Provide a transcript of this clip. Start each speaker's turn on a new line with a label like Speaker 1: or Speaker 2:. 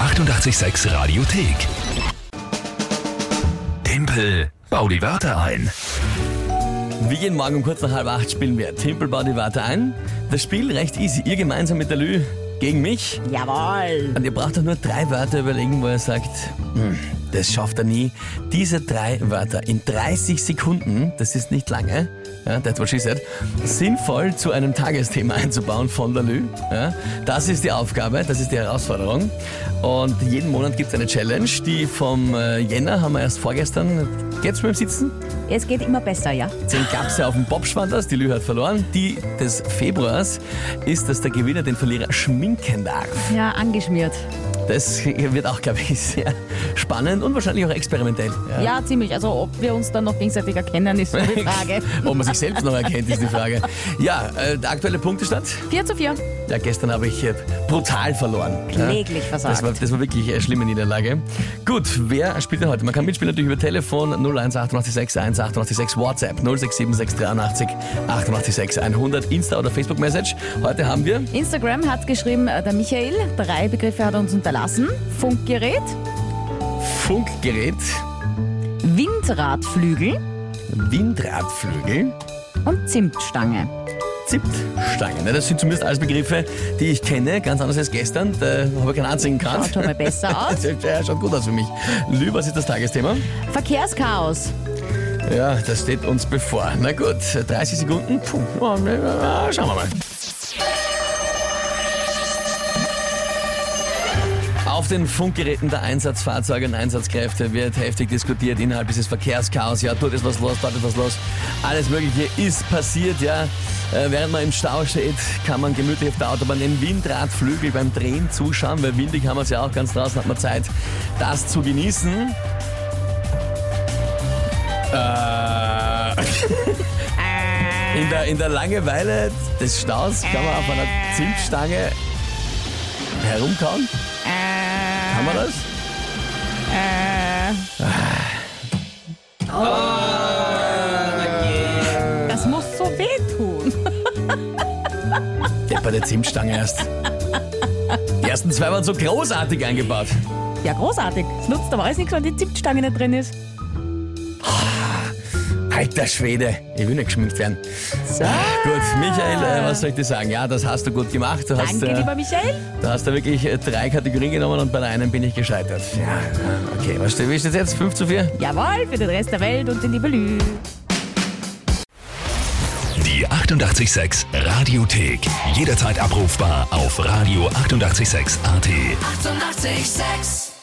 Speaker 1: 886 Radiothek. Tempel, bau die Wörter ein.
Speaker 2: Wir gehen morgen um kurz nach halb acht spielen wir Tempel bau die Wörter ein. Das Spiel recht easy. Ihr gemeinsam mit der Lü gegen mich.
Speaker 3: Jawohl.
Speaker 2: Und ihr braucht doch nur drei Wörter überlegen, wo er sagt, "Hm, das schafft er nie. Diese drei Wörter in 30 Sekunden, das ist nicht lange, ja, that's what she said, sinnvoll zu einem Tagesthema einzubauen von der Lü. Ja, das ist die Aufgabe, das ist die Herausforderung. Und jeden Monat gibt es eine Challenge, die vom äh, Jänner haben wir erst vorgestern, jetzt mit dem Sitzen,
Speaker 3: Es geht immer besser, ja?
Speaker 2: den gab es ja auf dem Bobschwanders, die Lü hat verloren. Die des Februars ist, dass der Gewinner den Verlierer schminken darf.
Speaker 3: Ja, angeschmiert.
Speaker 2: Das wird auch, glaube ich, sehr spannend und wahrscheinlich auch experimentell.
Speaker 3: Ja, ziemlich. Also ob wir uns dann noch gegenseitig erkennen, ist so die Frage.
Speaker 2: Ob man sich selbst noch erkennt, ist die Frage. Ja, äh, der aktuelle Punktestand?
Speaker 3: 4 zu 4.
Speaker 2: Ja, gestern habe ich äh, brutal verloren.
Speaker 3: Kläglich versagt.
Speaker 2: Das war, das war wirklich eine schlimme Niederlage. Gut, wer spielt denn heute? Man kann mitspielen natürlich über Telefon 01886 1886 WhatsApp 0676 8886 100 Insta oder Facebook Message. Heute haben wir
Speaker 3: Instagram hat geschrieben, äh, der Michael, drei Begriffe hat er uns unterlassen. Funkgerät,
Speaker 2: Funkgerät,
Speaker 3: Windradflügel
Speaker 2: Windradflügel.
Speaker 3: und Zimtstange.
Speaker 2: Zimtstangen. Ne? Das sind zumindest alles Begriffe, die ich kenne, ganz anders als gestern. Da habe ich keinen einzigen gekannt.
Speaker 3: Schaut schon mal besser aus.
Speaker 2: Ja, schaut gut aus für mich. Lü, was ist das Tagesthema?
Speaker 3: Verkehrschaos.
Speaker 2: Ja, das steht uns bevor. Na gut, 30 Sekunden. Puh, ja, ja, ja, schauen wir mal. Auf den Funkgeräten der Einsatzfahrzeuge und Einsatzkräfte wird heftig diskutiert innerhalb dieses Verkehrschaos. Ja, dort ist was los, dort ist was los. Alles Mögliche ist passiert, ja. Äh, während man im Stau steht, kann man gemütlich auf der Autobahn den Windradflügel beim Drehen zuschauen, weil windig haben wir es ja auch ganz draußen, hat man Zeit, das zu genießen.
Speaker 3: Äh.
Speaker 2: In der, in der Langeweile des Staus kann man auf einer
Speaker 3: Äh.
Speaker 2: Zimtstange herumkauen.
Speaker 3: Äh.
Speaker 2: Kann man das?
Speaker 3: Ah. Das muss so wehtun.
Speaker 2: Depperte Zimtstange erst. Die ersten zwei waren so großartig eingebaut.
Speaker 3: Ja, großartig. Es nutzt aber alles nichts, wenn die Zimtstange nicht drin ist.
Speaker 2: Alter Schwede, ich will nicht geschminkt werden.
Speaker 3: So.
Speaker 2: Gut, Michael, äh, was soll ich dir sagen? Ja, das hast du gut gemacht. Du hast,
Speaker 3: Danke,
Speaker 2: äh,
Speaker 3: lieber Michael.
Speaker 2: du hast da wirklich äh, drei Kategorien genommen und bei der einen bin ich gescheitert. Ja, okay, was steht, wie steht's jetzt? 5 zu 4?
Speaker 3: Jawohl, für den Rest der Welt und die liebe Lü.
Speaker 1: Die 886 Radiothek. Jederzeit abrufbar auf radio886.at. 886!
Speaker 4: 886